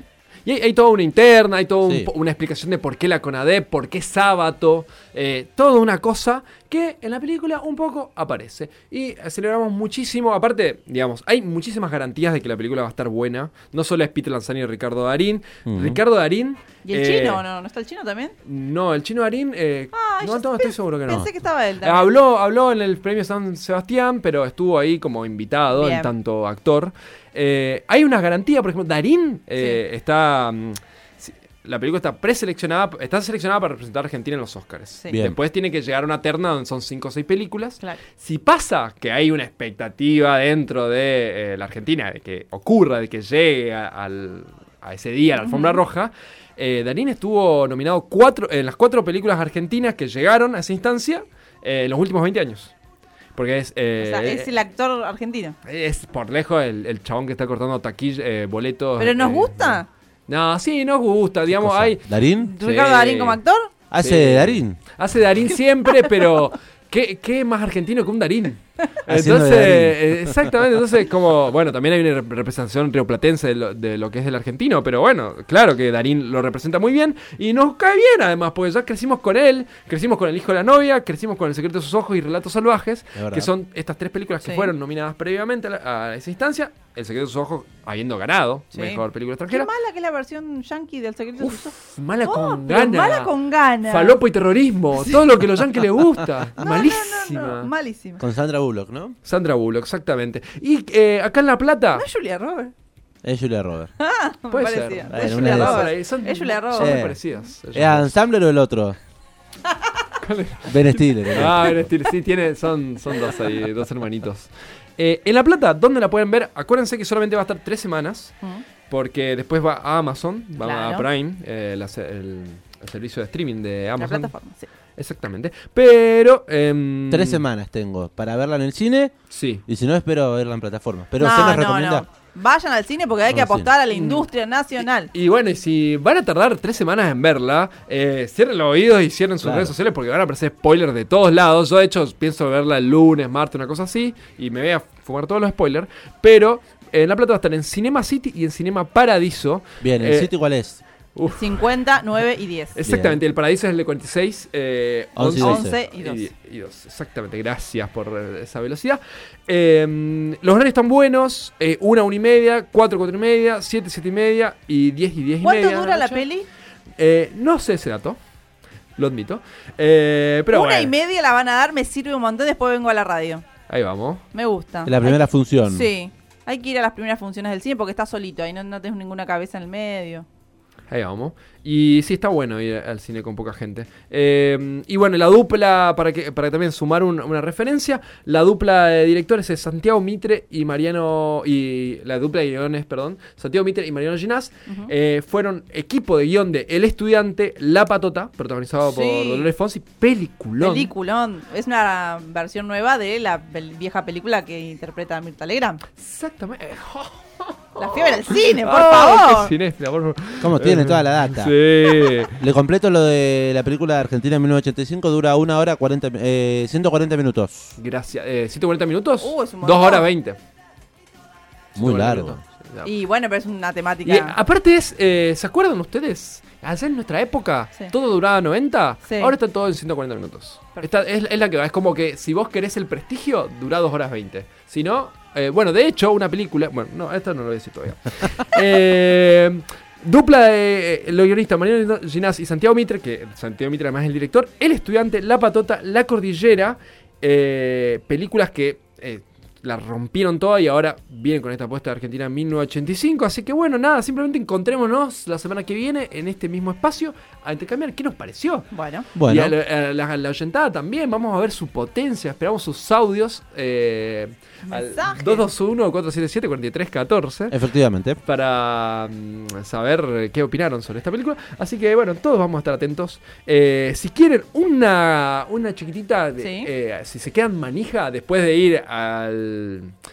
[SPEAKER 3] Y hay, hay toda una interna, hay toda un-
[SPEAKER 1] Sí.
[SPEAKER 3] una explicación de por qué la CONADEP, por qué Sábato, eh, toda una cosa que en la película un poco aparece. Y celebramos muchísimo, aparte, digamos, hay muchísimas garantías de que la película va a estar buena. No solo es Peter Lanzani y Ricardo Darín. Ricardo Darín...
[SPEAKER 2] ¿Y el
[SPEAKER 3] eh,
[SPEAKER 2] chino? ¿No, ¿No está el chino también?
[SPEAKER 3] No, el chino Darín... eh,
[SPEAKER 2] Ah, yo
[SPEAKER 3] no, no,
[SPEAKER 2] pe-
[SPEAKER 3] estoy seguro que no.
[SPEAKER 2] Pensé que estaba él
[SPEAKER 3] Eh,
[SPEAKER 2] también.
[SPEAKER 3] Habló, habló en el premio San Sebastián, pero estuvo ahí como invitado
[SPEAKER 2] Bien.
[SPEAKER 3] en tanto actor. Eh, hay una garantía, por ejemplo, Darín eh, está. mm, si- La película está preseleccionada, está seleccionada para representar a Argentina en los Oscars.
[SPEAKER 2] Sí.
[SPEAKER 1] Bien.
[SPEAKER 3] Después tiene que llegar a una terna donde son cinco o seis películas.
[SPEAKER 2] Claro.
[SPEAKER 3] Si pasa que hay una expectativa dentro de eh, la Argentina de que ocurra, de que llegue a, al- a ese día, a la alfombra roja, eh, Darín estuvo nominado cuatro, en las cuatro películas argentinas que llegaron a esa instancia eh, en los últimos 20 años. Porque es, eh,
[SPEAKER 2] O sea, es el actor argentino.
[SPEAKER 3] es por lejos el, el chabón que está cortando taquilla, eh, boletos.
[SPEAKER 2] ¿Pero nos
[SPEAKER 3] eh,
[SPEAKER 2] gusta?
[SPEAKER 3] No, sí, nos gusta. Digamos,
[SPEAKER 1] Cosa.
[SPEAKER 3] hay,
[SPEAKER 1] ¿Darín?
[SPEAKER 3] Sí.
[SPEAKER 2] ¿Ricardo Darín como actor?
[SPEAKER 1] Hace
[SPEAKER 3] Sí.
[SPEAKER 1] de Darín.
[SPEAKER 3] Hace Darín siempre, pero ¿qué, qué más argentino que un Darín?
[SPEAKER 1] Haciendo de
[SPEAKER 3] Entonces,
[SPEAKER 1] Darín.
[SPEAKER 3] eh, exactamente, entonces como, bueno, también hay una rep- representación rioplatense de lo, de lo que es el argentino, pero bueno, claro que Darín lo representa muy bien y nos cae bien además, porque ya crecimos con él, crecimos con El Hijo de la Novia, crecimos con El Secreto de sus Ojos y Relatos Salvajes,
[SPEAKER 1] Es verdad.
[SPEAKER 3] que son estas tres películas que
[SPEAKER 2] Sí.
[SPEAKER 3] fueron nominadas previamente a, la- a esa instancia, El Secreto de sus Ojos habiendo ganado,
[SPEAKER 2] Sí.
[SPEAKER 3] mejor película
[SPEAKER 2] Qué
[SPEAKER 3] extranjera.
[SPEAKER 2] mala que es la versión yankee del secreto de sus Ojos.
[SPEAKER 3] Uf, mala
[SPEAKER 2] Oh,
[SPEAKER 3] con
[SPEAKER 2] pero
[SPEAKER 3] ganas.
[SPEAKER 2] Mala con ganas.
[SPEAKER 3] Falopo y terrorismo, todo lo que los yankees les gusta.
[SPEAKER 2] [LAUGHS] No, no, no,
[SPEAKER 3] Malísima.
[SPEAKER 2] no, malísima.
[SPEAKER 1] Con Sandra Bullock, ¿no?
[SPEAKER 3] Sandra Bullock, exactamente. Y eh, acá en La Plata.
[SPEAKER 2] ¿No es Julia Roberts? [LAUGHS]
[SPEAKER 1] Es Julia
[SPEAKER 3] [LAUGHS]
[SPEAKER 1] Roberts.
[SPEAKER 2] Ah, me
[SPEAKER 3] Puede
[SPEAKER 2] parecía.
[SPEAKER 3] ser.
[SPEAKER 1] Bueno,
[SPEAKER 2] Es
[SPEAKER 1] una
[SPEAKER 2] Julia
[SPEAKER 1] de esas.
[SPEAKER 2] Roberts.
[SPEAKER 3] Son,
[SPEAKER 2] Es Julia
[SPEAKER 3] son
[SPEAKER 2] Roberts.
[SPEAKER 3] muy
[SPEAKER 1] Eh.
[SPEAKER 3] parecidas.
[SPEAKER 1] ¿Es Adam Sandler o el otro? Ben Stiller. el
[SPEAKER 3] Ah,
[SPEAKER 1] otro.
[SPEAKER 3] Ben Stiller, sí, tiene, son, son dos ahí, dos hermanitos. Eh, en La Plata, ¿dónde la pueden ver? Acuérdense que solamente va a estar tres semanas,
[SPEAKER 2] Mm.
[SPEAKER 3] porque después va a Amazon, va a
[SPEAKER 2] Claro.
[SPEAKER 3] Prime, eh, la se- el, el servicio de streaming de
[SPEAKER 2] La
[SPEAKER 3] Amazon.
[SPEAKER 2] plataforma, sí.
[SPEAKER 3] Exactamente. Pero... em,
[SPEAKER 1] Tres semanas tengo para verla en el cine
[SPEAKER 3] Sí.
[SPEAKER 1] y si no, espero verla en plataforma. Pero
[SPEAKER 2] no,
[SPEAKER 1] se nos
[SPEAKER 2] no,
[SPEAKER 1] recomienda.
[SPEAKER 2] no. Vayan al cine porque hay que
[SPEAKER 1] Vamos al
[SPEAKER 2] apostar a la industria nacional.
[SPEAKER 3] Mm. Y bueno, y si van a tardar tres semanas en verla, eh, cierren los oídos y cierren sus
[SPEAKER 1] Claro.
[SPEAKER 3] redes sociales porque van a aparecer spoilers de todos lados. Yo, de hecho, pienso verla el lunes, martes, una cosa así, y me voy a fumar todos los spoilers. Pero en La Plata va a estar en Cinema City y en Cinema Paradiso.
[SPEAKER 1] Bien, ¿el
[SPEAKER 3] Eh,
[SPEAKER 1] sitio cuál es?
[SPEAKER 3] uf.
[SPEAKER 2] 50, 9 y 10.
[SPEAKER 3] Exactamente, el Paradiso es el de 46, eh,
[SPEAKER 1] 11 y
[SPEAKER 3] 11
[SPEAKER 2] 11 y 12.
[SPEAKER 3] y 2. Exactamente, gracias por eh, esa velocidad. Eh, los horarios están buenos: 1, 1 y media, 4, 4 y media, 7, 7 y media y 10 y 10 y media.
[SPEAKER 2] ¿Cuánto
[SPEAKER 3] de
[SPEAKER 2] dura la
[SPEAKER 3] noche.
[SPEAKER 2] peli?
[SPEAKER 3] Eh, no sé ese dato. Lo admito. Eh, pero
[SPEAKER 2] Una
[SPEAKER 3] bueno,
[SPEAKER 2] y media la van a dar, me sirve un montón, después vengo a la radio.
[SPEAKER 3] Ahí vamos.
[SPEAKER 2] Me gusta.
[SPEAKER 1] La primera función.
[SPEAKER 2] eh, Sí. Hay que ir a las primeras funciones del cine porque estás solito, ahí no, no tenés ninguna cabeza en el medio.
[SPEAKER 3] Ahí vamos. Y sí, está bueno ir al cine con poca gente. Eh, y bueno, la dupla, para que para también sumar un- una referencia, la dupla de directores es Santiago Mitre y Mariano. y La dupla de guiones, perdón. Santiago Mitre y Mariano Ginás eh, fueron equipo de guión de El Estudiante, La Patota, protagonizado por
[SPEAKER 2] Sí.
[SPEAKER 3] Dolores Fonsi, peliculón.
[SPEAKER 2] Peliculón. Es una versión nueva de la pel- vieja película que interpreta Mirta Legrand. [LAUGHS]
[SPEAKER 3] Exactamente. [LAUGHS]
[SPEAKER 2] La fiebre del cine, por
[SPEAKER 3] Oh,
[SPEAKER 2] favor.
[SPEAKER 3] qué cinéfila, por favor.
[SPEAKER 1] ¿Cómo tiene toda la data?
[SPEAKER 3] Eh, Sí.
[SPEAKER 1] Le completo lo de la película de Argentina en 1985, dura una hora 40, mi- eh, 140 minutos.
[SPEAKER 3] Gracias. Eh, 140 minutos.
[SPEAKER 2] Uh, es un
[SPEAKER 3] 2
[SPEAKER 2] montón.
[SPEAKER 3] horas 20.
[SPEAKER 1] Muy
[SPEAKER 3] 140
[SPEAKER 1] largo.
[SPEAKER 3] minutos.
[SPEAKER 2] Y bueno, pero es una
[SPEAKER 3] Y eh,
[SPEAKER 2] temática.
[SPEAKER 3] aparte es, eh, ¿se acuerdan ustedes? Allá en nuestra época,
[SPEAKER 2] Sí.
[SPEAKER 3] todo duraba 90.
[SPEAKER 2] Sí.
[SPEAKER 3] Ahora está todo en 140 minutos.
[SPEAKER 2] Perfecto.
[SPEAKER 3] Esta es, es la que va. Es como que si vos querés el prestigio, dura 2 horas 20. Si no, eh, bueno, de hecho, una película. Bueno, no, esta no lo voy a decir todavía. Eh, Dupla de eh, los guionistas Mariano Ginás y Santiago Mitre, que Santiago Mitre además es el director, El Estudiante, La Patota, La Cordillera, eh, películas que eh, la rompieron toda y ahora vienen con esta apuesta de Argentina en 1985. Así que bueno, nada, simplemente encontrémonos la semana que viene en este mismo espacio a intercambiar qué nos pareció.
[SPEAKER 2] Bueno.
[SPEAKER 1] Bueno,
[SPEAKER 3] Y a la, a la- a la oyentada también, vamos a ver su potencia, esperamos sus audios eh, al
[SPEAKER 2] Mensajes.
[SPEAKER 3] 221-477-4314
[SPEAKER 1] efectivamente.
[SPEAKER 3] para mm, saber qué opinaron sobre esta película. Así que bueno, todos vamos a estar atentos. Eh, si quieren una, una chiquitita, de-
[SPEAKER 2] Sí.
[SPEAKER 3] eh, si se quedan manija después de ir al,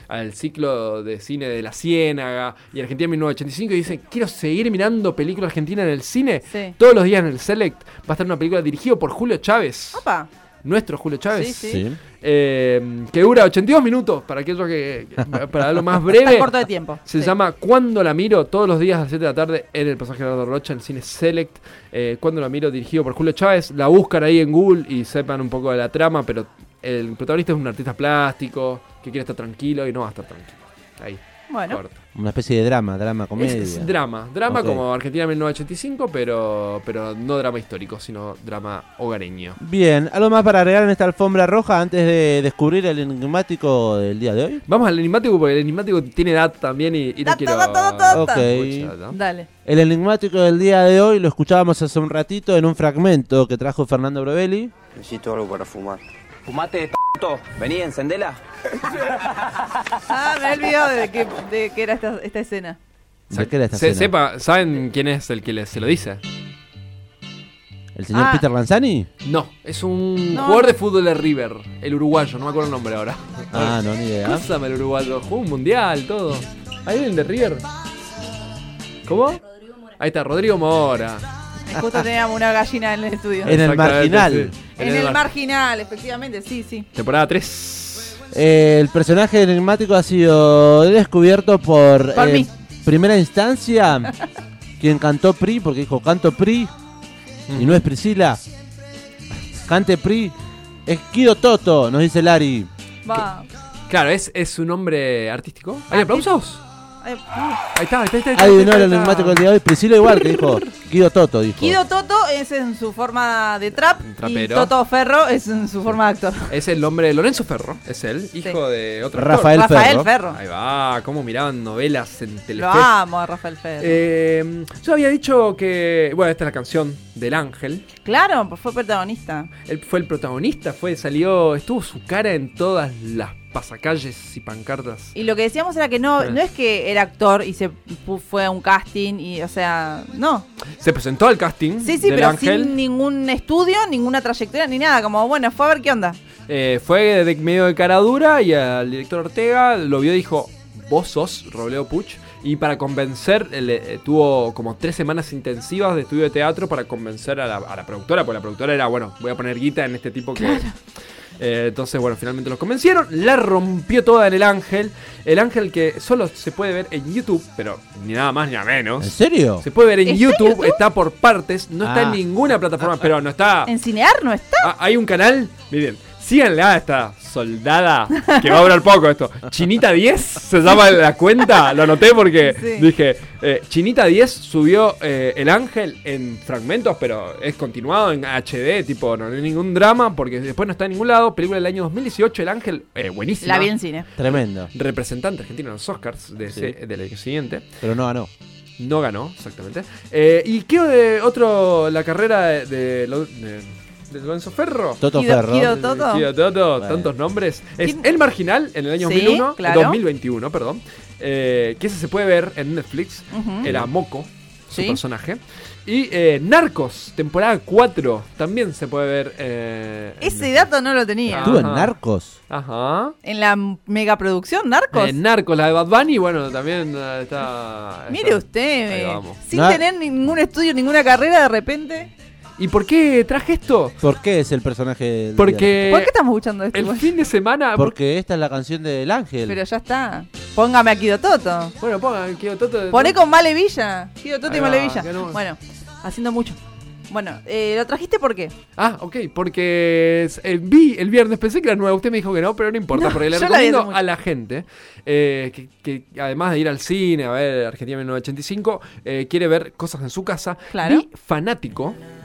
[SPEAKER 3] al ciclo de cine de La Ciénaga y Argentina 1985 y dicen, quiero seguir mirando película argentina en el cine,
[SPEAKER 2] Sí.
[SPEAKER 3] todos los días en el Select va a estar una película dirigida por Julio Chávez.
[SPEAKER 2] Opa.
[SPEAKER 3] nuestro Julio Chávez.
[SPEAKER 2] Sí,
[SPEAKER 1] Sí.
[SPEAKER 3] Eh, que dura 82 minutos, para aquellos que, que- para lo más breve.
[SPEAKER 2] Está corto de tiempo.
[SPEAKER 3] Se
[SPEAKER 2] Sí.
[SPEAKER 3] llama Cuando la miro, todos los días a las 7 de la tarde en el pasaje Gerardo Rocha, en Cine Select. Eh, Cuando la miro, dirigido por Julio Chávez. La buscan ahí en Google y sepan un poco de la trama, pero el protagonista es un artista plástico que quiere estar tranquilo y no va a estar tranquilo. Ahí.
[SPEAKER 2] Bueno,
[SPEAKER 3] corto.
[SPEAKER 1] Una especie de drama, drama, comedia.
[SPEAKER 3] Es, es drama, drama
[SPEAKER 1] Ok.
[SPEAKER 3] como Argentina 1985, pero, pero no drama histórico, sino drama hogareño.
[SPEAKER 1] Bien, ¿algo más para agregar en esta alfombra roja antes de descubrir el enigmático del día de hoy?
[SPEAKER 3] Vamos al enigmático porque el enigmático tiene data también y, y no
[SPEAKER 2] Data,
[SPEAKER 3] quiero...
[SPEAKER 2] data, data,
[SPEAKER 1] data.
[SPEAKER 3] Mucha data.
[SPEAKER 2] dale.
[SPEAKER 1] El enigmático del día de hoy lo escuchábamos hace un ratito en un fragmento que trajo Fernando Brovelli.
[SPEAKER 5] Necesito algo para fumar. Fumate de p***o. Vení, encendela.
[SPEAKER 2] Ah, me he olvidado de que, de que era esta, esta escena.
[SPEAKER 1] ¿De qué era esta
[SPEAKER 3] Se-
[SPEAKER 1] escena?
[SPEAKER 3] sepa, ¿Saben quién es el que le- se lo dice?
[SPEAKER 1] ¿El señor
[SPEAKER 2] Ah.
[SPEAKER 1] Peter Lanzani?
[SPEAKER 3] No, es un
[SPEAKER 2] No.
[SPEAKER 3] jugador de fútbol de River, el uruguayo, no me acuerdo el nombre ahora.
[SPEAKER 1] Ah, no, ni idea.
[SPEAKER 3] ¿Cómo se llama el uruguayo? Jugó un mundial, todo. ¿Hay alguien de River? ¿Cómo? Ahí está, Rodrigo Mora.
[SPEAKER 2] Justo teníamos una gallina en el estudio.
[SPEAKER 1] En el
[SPEAKER 3] Exactamente,
[SPEAKER 1] marginal.
[SPEAKER 3] sí.
[SPEAKER 2] En el marginal, efectivamente, sí, sí.
[SPEAKER 3] Temporada 3.
[SPEAKER 1] Eh, el personaje del enigmático ha sido descubierto por, eh,
[SPEAKER 2] Por mí.
[SPEAKER 1] primera instancia quien cantó PRI, porque dijo canto PRI y no es Priscila. Cante PRI. Es Kido Toto, nos dice Lari.
[SPEAKER 2] Va.
[SPEAKER 3] Claro, es, es un nombre artístico. ¿Hay aplausos?
[SPEAKER 2] Ay, uh.
[SPEAKER 3] Ahí está, ahí está, ahí está. ahí está,
[SPEAKER 1] Adivinó
[SPEAKER 3] ahí
[SPEAKER 1] el
[SPEAKER 3] está.
[SPEAKER 1] enigmático del día de hoy. Priscila igual que dijo Kido Toto, dijo.
[SPEAKER 2] Kido Toto es en su forma de trap y
[SPEAKER 3] Trapero.
[SPEAKER 2] Toto Ferro es en su forma de actor.
[SPEAKER 3] Es el nombre de Lorenzo Ferro, es él, hijo de otro actor.
[SPEAKER 1] Rafael,
[SPEAKER 2] Rafael
[SPEAKER 1] Ferro.
[SPEAKER 2] Ferro.
[SPEAKER 3] Ahí va, cómo miraban novelas en
[SPEAKER 2] Lo
[SPEAKER 3] Telefe.
[SPEAKER 2] amo a Rafael Ferro.
[SPEAKER 3] Eh, yo había dicho que. Bueno, esta es la canción del Ángel.
[SPEAKER 2] Claro, pues fue protagonista.
[SPEAKER 3] Él fue el protagonista, fue, salió. Estuvo su cara en todas las pasacalles y pancartas.
[SPEAKER 2] Y lo que decíamos era que no, no es que era actor y se pu- fue a un casting y, o sea, no.
[SPEAKER 3] Se presentó al casting
[SPEAKER 2] Sí, sí,
[SPEAKER 3] del
[SPEAKER 2] pero
[SPEAKER 3] Ángel.
[SPEAKER 2] sin ningún estudio, ninguna trayectoria ni nada. Como, bueno, fue a ver qué onda.
[SPEAKER 3] Eh, fue de medio de cara dura y al director Ortega lo vio y dijo, vos sos Robledo Puch. Y para convencer, eh, le- eh, tuvo como tres semanas intensivas de estudio de teatro para convencer a la, a la productora, porque la productora era, bueno, voy a poner guita en este tipo que... [LAUGHS] Eh, entonces, bueno, finalmente los convencieron. La rompió toda en el ángel. El ángel que solo se puede ver en YouTube, pero ni nada más ni a menos.
[SPEAKER 1] ¿En serio?
[SPEAKER 3] Se puede ver en
[SPEAKER 2] ¿Está en
[SPEAKER 3] YouTube,
[SPEAKER 2] YouTube?
[SPEAKER 3] está por partes, no está en
[SPEAKER 1] Ah.
[SPEAKER 3] ninguna plataforma, pero no está...
[SPEAKER 2] En Cinear no está.
[SPEAKER 3] Ah, hay un canal, miren, síganla a ah, esta soldada que va a durar poco esto. Chinita 10 se llama la cuenta, lo anoté porque
[SPEAKER 2] Sí.
[SPEAKER 3] dije, eh, Chinita 10 subió eh, El Ángel en fragmentos, pero es continuado en HD, tipo, no hay ningún drama porque después no está en ningún lado. Película del año 2018, El Ángel, eh, buenísima.
[SPEAKER 2] La vi en cine.
[SPEAKER 1] Tremendo.
[SPEAKER 3] Representante argentino en los Oscars de
[SPEAKER 1] Sí.
[SPEAKER 3] ese- del año siguiente.
[SPEAKER 1] Pero no ganó.
[SPEAKER 3] No ganó, exactamente. Eh, ¿Y qué eh, otro, la carrera de, de Lo- de- de Lorenzo Ferro?
[SPEAKER 1] Toto
[SPEAKER 2] Kido-
[SPEAKER 1] Ferro.
[SPEAKER 2] Kido Toto.
[SPEAKER 3] Sí, Toto,
[SPEAKER 1] Bueno.
[SPEAKER 3] tantos nombres. Es
[SPEAKER 2] ¿Quién-
[SPEAKER 3] El Marginal en el año
[SPEAKER 2] Sí,
[SPEAKER 3] 2001,
[SPEAKER 2] claro.
[SPEAKER 3] 2021, perdón. eh, que ese se puede ver en Netflix.
[SPEAKER 2] Ujú.
[SPEAKER 3] Era Moco, su
[SPEAKER 2] Sí.
[SPEAKER 3] personaje. Y eh, Narcos, temporada 4, también se puede ver. eh, en
[SPEAKER 2] Ese
[SPEAKER 3] Netflix.
[SPEAKER 2] dato no lo tenía.
[SPEAKER 1] Estuvo en
[SPEAKER 3] Ajá.
[SPEAKER 1] Narcos.
[SPEAKER 3] Ajá.
[SPEAKER 2] En la megaproducción Narcos.
[SPEAKER 3] Eh, Narcos, la de Bad Bunny, bueno, también eh, está.
[SPEAKER 2] Mire
[SPEAKER 3] está-
[SPEAKER 2] usted,
[SPEAKER 3] Ahí
[SPEAKER 2] eh,
[SPEAKER 3] vamos.
[SPEAKER 2] sin
[SPEAKER 1] Na-
[SPEAKER 2] tener ningún estudio, ninguna carrera de repente.
[SPEAKER 3] ¿Y por qué traje esto?
[SPEAKER 1] ¿Por qué es el personaje del día?
[SPEAKER 3] Porque ah,
[SPEAKER 2] ¿Por qué estamos escuchando esto?
[SPEAKER 3] Eh, el fin de semana.
[SPEAKER 1] Porque esta es la canción del ángel.
[SPEAKER 2] Pero ya está. Póngame a Kido Toto.
[SPEAKER 3] Bueno, pongan, quiero Toto.
[SPEAKER 2] Poné con Malevilla. Kido Toto
[SPEAKER 3] Ahí
[SPEAKER 2] y
[SPEAKER 3] va,
[SPEAKER 2] Malevilla.
[SPEAKER 3] que no-
[SPEAKER 2] Bueno, haciendo mucho. Bueno, eh, ¿lo trajiste por qué?
[SPEAKER 3] Ah, ok, porque es- eh, vi el viernes, pensé que era nueva, usted me dijo que no, pero no importa,
[SPEAKER 2] No,
[SPEAKER 3] porque le
[SPEAKER 2] yo la vi hace
[SPEAKER 3] recomiendo
[SPEAKER 2] mucho.
[SPEAKER 3] a la gente eh, que, que además de ir al cine, a ver Argentina 1985, eh, quiere ver cosas en su casa.
[SPEAKER 2] Claro.
[SPEAKER 3] Vi fanático. Uh,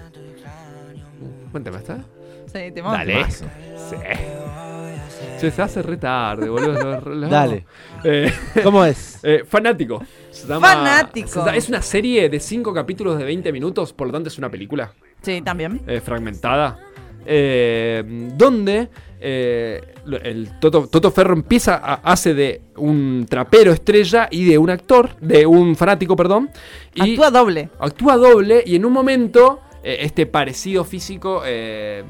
[SPEAKER 3] Cuéntame, ¿está?
[SPEAKER 2] Sí, te mando.
[SPEAKER 3] Dale. Sí. Che, se hace re tarde, boludo. lo- lo- lo-
[SPEAKER 1] Dale.
[SPEAKER 3] Eh,
[SPEAKER 1] ¿Cómo es?
[SPEAKER 3] eh, fanático. Se llama-
[SPEAKER 2] Fanático.
[SPEAKER 3] se llama- es una serie de 5 capítulos de 20 minutos, por lo tanto es una película
[SPEAKER 2] Sí, también.
[SPEAKER 3] eh, fragmentada. eh, donde eh, lo- el Toto, Toto Ferro empieza a, hace de un trapero estrella y de un actor, de un fanático, perdón. Y
[SPEAKER 2] Actúa doble.
[SPEAKER 3] actúa doble y en un momento eh, este parecido físico eh,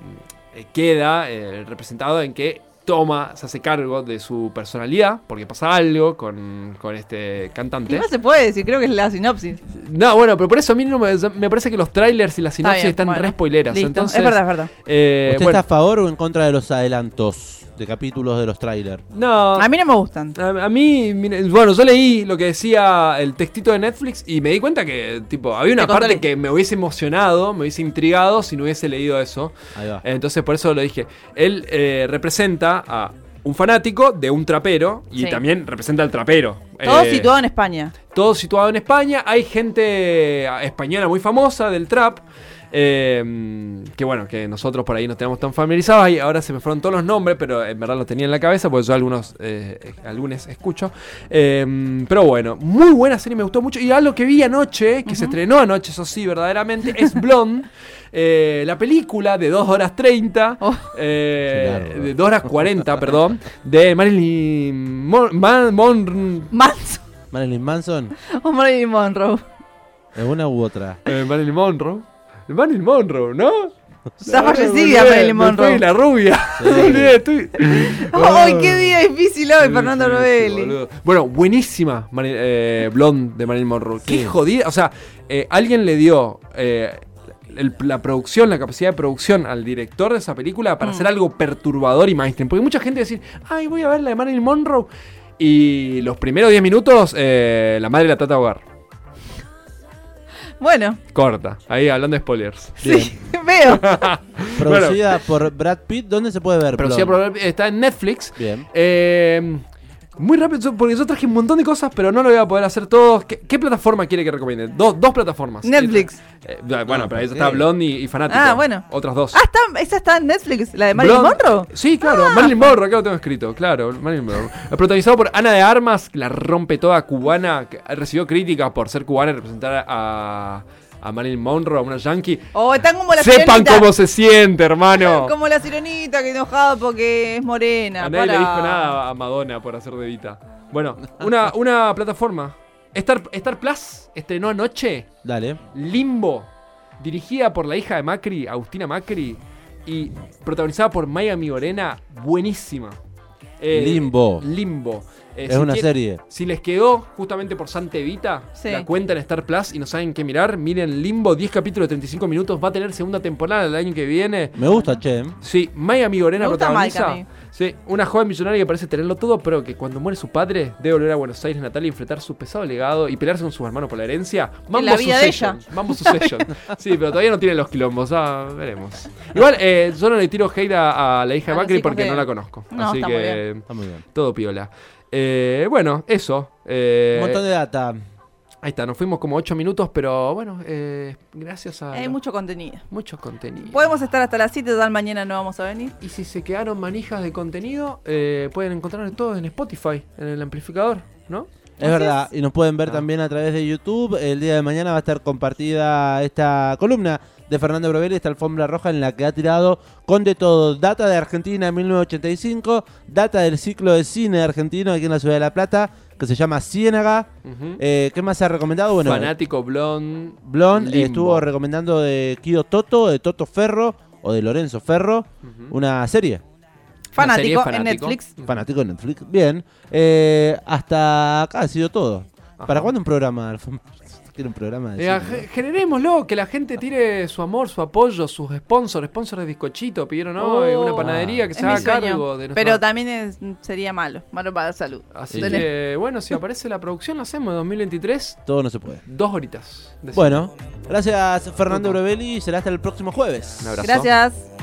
[SPEAKER 3] eh, queda eh, representado en que toma, se hace cargo de su personalidad, porque pasa algo con, con este
[SPEAKER 2] Y
[SPEAKER 3] cantante.
[SPEAKER 2] más se puede decir, creo que es la sinopsis.
[SPEAKER 3] No, bueno, pero por eso a mí no me, me parece que los trailers y las
[SPEAKER 2] Está
[SPEAKER 3] sinopsis
[SPEAKER 2] bien,
[SPEAKER 3] están
[SPEAKER 2] bueno.
[SPEAKER 3] re spoileras.
[SPEAKER 2] Listo.
[SPEAKER 3] Entonces,
[SPEAKER 2] Es verdad, es verdad.
[SPEAKER 3] eh,
[SPEAKER 1] ¿Usted
[SPEAKER 3] bueno,
[SPEAKER 1] está a favor o en contra de los adelantos de capítulos de los trailers?
[SPEAKER 3] no,
[SPEAKER 2] A mí no me gustan.
[SPEAKER 3] A, a mí, mire, bueno, yo leí lo que decía el textito de Netflix y me di cuenta que, tipo, había una
[SPEAKER 2] Te controlé.
[SPEAKER 3] parte que me hubiese emocionado, me hubiese intrigado si no hubiese leído eso.
[SPEAKER 1] Ahí va.
[SPEAKER 3] Entonces, por eso lo dije. Él eh, representa a un fanático de un trapero y
[SPEAKER 2] Sí.
[SPEAKER 3] también representa al trapero.
[SPEAKER 2] Todo
[SPEAKER 3] Eh,
[SPEAKER 2] situado en España.
[SPEAKER 3] [LAUGHS] todo situado en España. Hay gente española muy famosa del trap. eh, que bueno, que nosotros por ahí no tenemos tan familiarizados. Y ahora se me fueron todos los nombres, pero en verdad los tenía en la cabeza porque yo algunos, eh, eh, algunos escucho. Eh, pero bueno, muy buena serie, me gustó mucho. Y algo que vi anoche, que se estrenó anoche, eso sí, verdaderamente, es Blonde. eh, la película de 2 horas 30,
[SPEAKER 2] Oh.
[SPEAKER 3] eh,
[SPEAKER 1] Qué largo.
[SPEAKER 3] de 2 horas 40, perdón, de Marilyn Mon- Man- Mon-
[SPEAKER 2] Manso.
[SPEAKER 1] Marilyn Manson,
[SPEAKER 2] O Marilyn
[SPEAKER 3] [LAUGHS]
[SPEAKER 2] Monroe.
[SPEAKER 1] ¿es una u otra?
[SPEAKER 3] Eh, Marilyn Monroe. Marilyn Monroe, ¿no?
[SPEAKER 2] Está
[SPEAKER 3] Ahora me
[SPEAKER 2] fallecida
[SPEAKER 3] olvidé,
[SPEAKER 2] Marilyn
[SPEAKER 3] me
[SPEAKER 2] Monroe.
[SPEAKER 3] fui la rubia. [LAUGHS] Me olvidé, estoy-
[SPEAKER 2] ¡Ay, qué día difícil hoy, Fernando
[SPEAKER 3] Sí, sí,
[SPEAKER 2] Novelli!
[SPEAKER 3] boludo. Bueno, buenísima Mari- eh, Blonde de Marilyn Monroe. Qué jodida. O sea, eh, alguien le dio eh, el- la producción, la capacidad de producción al director de esa película
[SPEAKER 2] Mm.
[SPEAKER 3] para hacer algo perturbador y mainstream. Porque mucha gente decir, ay, voy a ver la de Marilyn Monroe. Y los primeros 10 minutos, eh, la madre la trata de ahogar.
[SPEAKER 2] Bueno, [LAUGHS]
[SPEAKER 3] Corta. Ahí hablando de spoilers.
[SPEAKER 2] sí,
[SPEAKER 3] [LAUGHS]
[SPEAKER 2] veo.
[SPEAKER 1] Producida por Brad Pitt, ¿dónde se puede ver?
[SPEAKER 3] Pero sí,
[SPEAKER 1] Blonde?
[SPEAKER 3] aprobé- está en Netflix.
[SPEAKER 1] Bien.
[SPEAKER 3] Eh, muy rápido, yo- porque yo traje un montón de cosas, pero no lo voy a poder hacer todos. ¿Qué, qué plataforma quiere que recomiende? Dos- dos plataformas.
[SPEAKER 2] Netflix.
[SPEAKER 3] Eh, bueno,
[SPEAKER 1] Ah,
[SPEAKER 3] pero ahí
[SPEAKER 1] ok.
[SPEAKER 3] está Blondie y, Fanático.
[SPEAKER 2] Ah, bueno.
[SPEAKER 3] Otras dos.
[SPEAKER 2] Ah, está, esa está en Netflix, la de Marilyn
[SPEAKER 3] Blonde-
[SPEAKER 2] Monroe. Ah.
[SPEAKER 3] Sí, claro, Marilyn Monroe, acá lo tengo escrito, claro, Marilyn Monroe. [LAUGHS] Protagonizado por Ana de Armas, que la rompe toda cubana, que recibió críticas por ser cubana y representar a, a Marilyn Monroe, a una yankee.
[SPEAKER 2] O están como la
[SPEAKER 3] Sepan
[SPEAKER 2] sirenita.
[SPEAKER 3] cómo se
[SPEAKER 2] [LAUGHS]
[SPEAKER 3] siente, hermano.
[SPEAKER 2] Como la sirenita que enojada porque es morena.
[SPEAKER 3] A nadie le
[SPEAKER 2] pará.
[SPEAKER 3] dijo nada a Madonna por hacer de Vita. Bueno, una, una plataforma. Star, Star Plus estrenó anoche
[SPEAKER 1] Dale.
[SPEAKER 3] Limbo, dirigida por la hija de Macri, Agustina Macri, y protagonizada por Maya Migorena, buenísima. Eh,
[SPEAKER 1] Limbo.
[SPEAKER 3] Limbo. Eh,
[SPEAKER 1] Es
[SPEAKER 3] si
[SPEAKER 1] una
[SPEAKER 3] quie-
[SPEAKER 1] serie.
[SPEAKER 3] Si les quedó justamente por Santa Evita,
[SPEAKER 2] Sí.
[SPEAKER 3] la cuenta en Star Plus y no saben qué mirar, miren Limbo, 10 capítulos de 35 minutos, va a tener segunda temporada el año que viene.
[SPEAKER 1] Me gusta, che. ¿eh?
[SPEAKER 3] Sí, Maya Migorena
[SPEAKER 2] Me gusta
[SPEAKER 3] protagoniza.
[SPEAKER 2] Mike a mí.
[SPEAKER 3] Sí, una joven millonaria que parece tenerlo todo, pero que cuando muere su padre debe volver a Buenos Aires natal y enfrentar su pesado legado y pelearse con sus hermanos por la herencia. Mambo
[SPEAKER 2] la vida de
[SPEAKER 3] Succession,
[SPEAKER 2] [LAUGHS]
[SPEAKER 3] Mambo Succession. Sí, pero todavía no tiene los quilombos. Ah, veremos. Igual, eh, yo no le tiro hate a, a la hija
[SPEAKER 2] A
[SPEAKER 3] de
[SPEAKER 2] los
[SPEAKER 3] Macri
[SPEAKER 2] hijos
[SPEAKER 3] porque
[SPEAKER 2] de-
[SPEAKER 3] no la conozco.
[SPEAKER 2] No,
[SPEAKER 3] Así
[SPEAKER 2] está muy
[SPEAKER 3] que
[SPEAKER 1] Está muy bien.
[SPEAKER 3] todo piola. Eh, bueno, eso. eh,
[SPEAKER 1] Un montón de data.
[SPEAKER 3] Ahí está, nos fuimos como 8 minutos, pero bueno, eh, gracias a
[SPEAKER 2] Hay
[SPEAKER 3] los-
[SPEAKER 2] mucho contenido.
[SPEAKER 3] mucho contenido.
[SPEAKER 2] Podemos estar hasta las 7, total mañana no vamos a venir.
[SPEAKER 3] Y si se quedaron manijas de contenido, eh, pueden encontrar todo en Spotify, en el amplificador, ¿no?
[SPEAKER 1] Es verdad, y nos pueden
[SPEAKER 3] Ah.
[SPEAKER 1] ver también a través de YouTube. El día de mañana va a estar compartida esta columna de Fernando Brovelli, esta alfombra roja en la que ha tirado con de todo. Data de Argentina 1985, data del ciclo de cine argentino aquí en la Ciudad de La Plata, que se llama Ciénaga. Eh, ¿Qué más se ha recomendado? Bueno,
[SPEAKER 3] Fanático Blond.
[SPEAKER 1] Blond
[SPEAKER 3] Limbo.
[SPEAKER 1] estuvo recomendando de Kido Toto, de Toto Ferro o de Lorenzo Ferro, una serie.
[SPEAKER 3] Una serie
[SPEAKER 2] Fanático, en
[SPEAKER 3] fanático.
[SPEAKER 2] Netflix.
[SPEAKER 1] Fanático de Netflix. Bien. Eh, hasta acá ha sido todo. ¿Para cuándo un programa? [LAUGHS] Alfonso? Quiero un programa de cine,
[SPEAKER 3] Eh, ge- generémoslo, que la gente tire su amor, su apoyo, sus sponsors, sponsors de bizcochito, pidieron hoy,
[SPEAKER 2] Oh.
[SPEAKER 3] una panadería que
[SPEAKER 2] Es
[SPEAKER 3] se haga
[SPEAKER 2] mi sueño.
[SPEAKER 3] cargo de nuestra...
[SPEAKER 2] Pero también es- sería malo, malo para la salud.
[SPEAKER 3] Así
[SPEAKER 2] Tenés-
[SPEAKER 3] que, bueno, si aparece la producción, la hacemos en 2023,
[SPEAKER 1] ¿no? Todo no se puede.
[SPEAKER 3] dos horitas. de cine.
[SPEAKER 1] Bueno, gracias Fernando Brovelli. Será hasta el próximo jueves.
[SPEAKER 3] Un abrazo.
[SPEAKER 2] Gracias.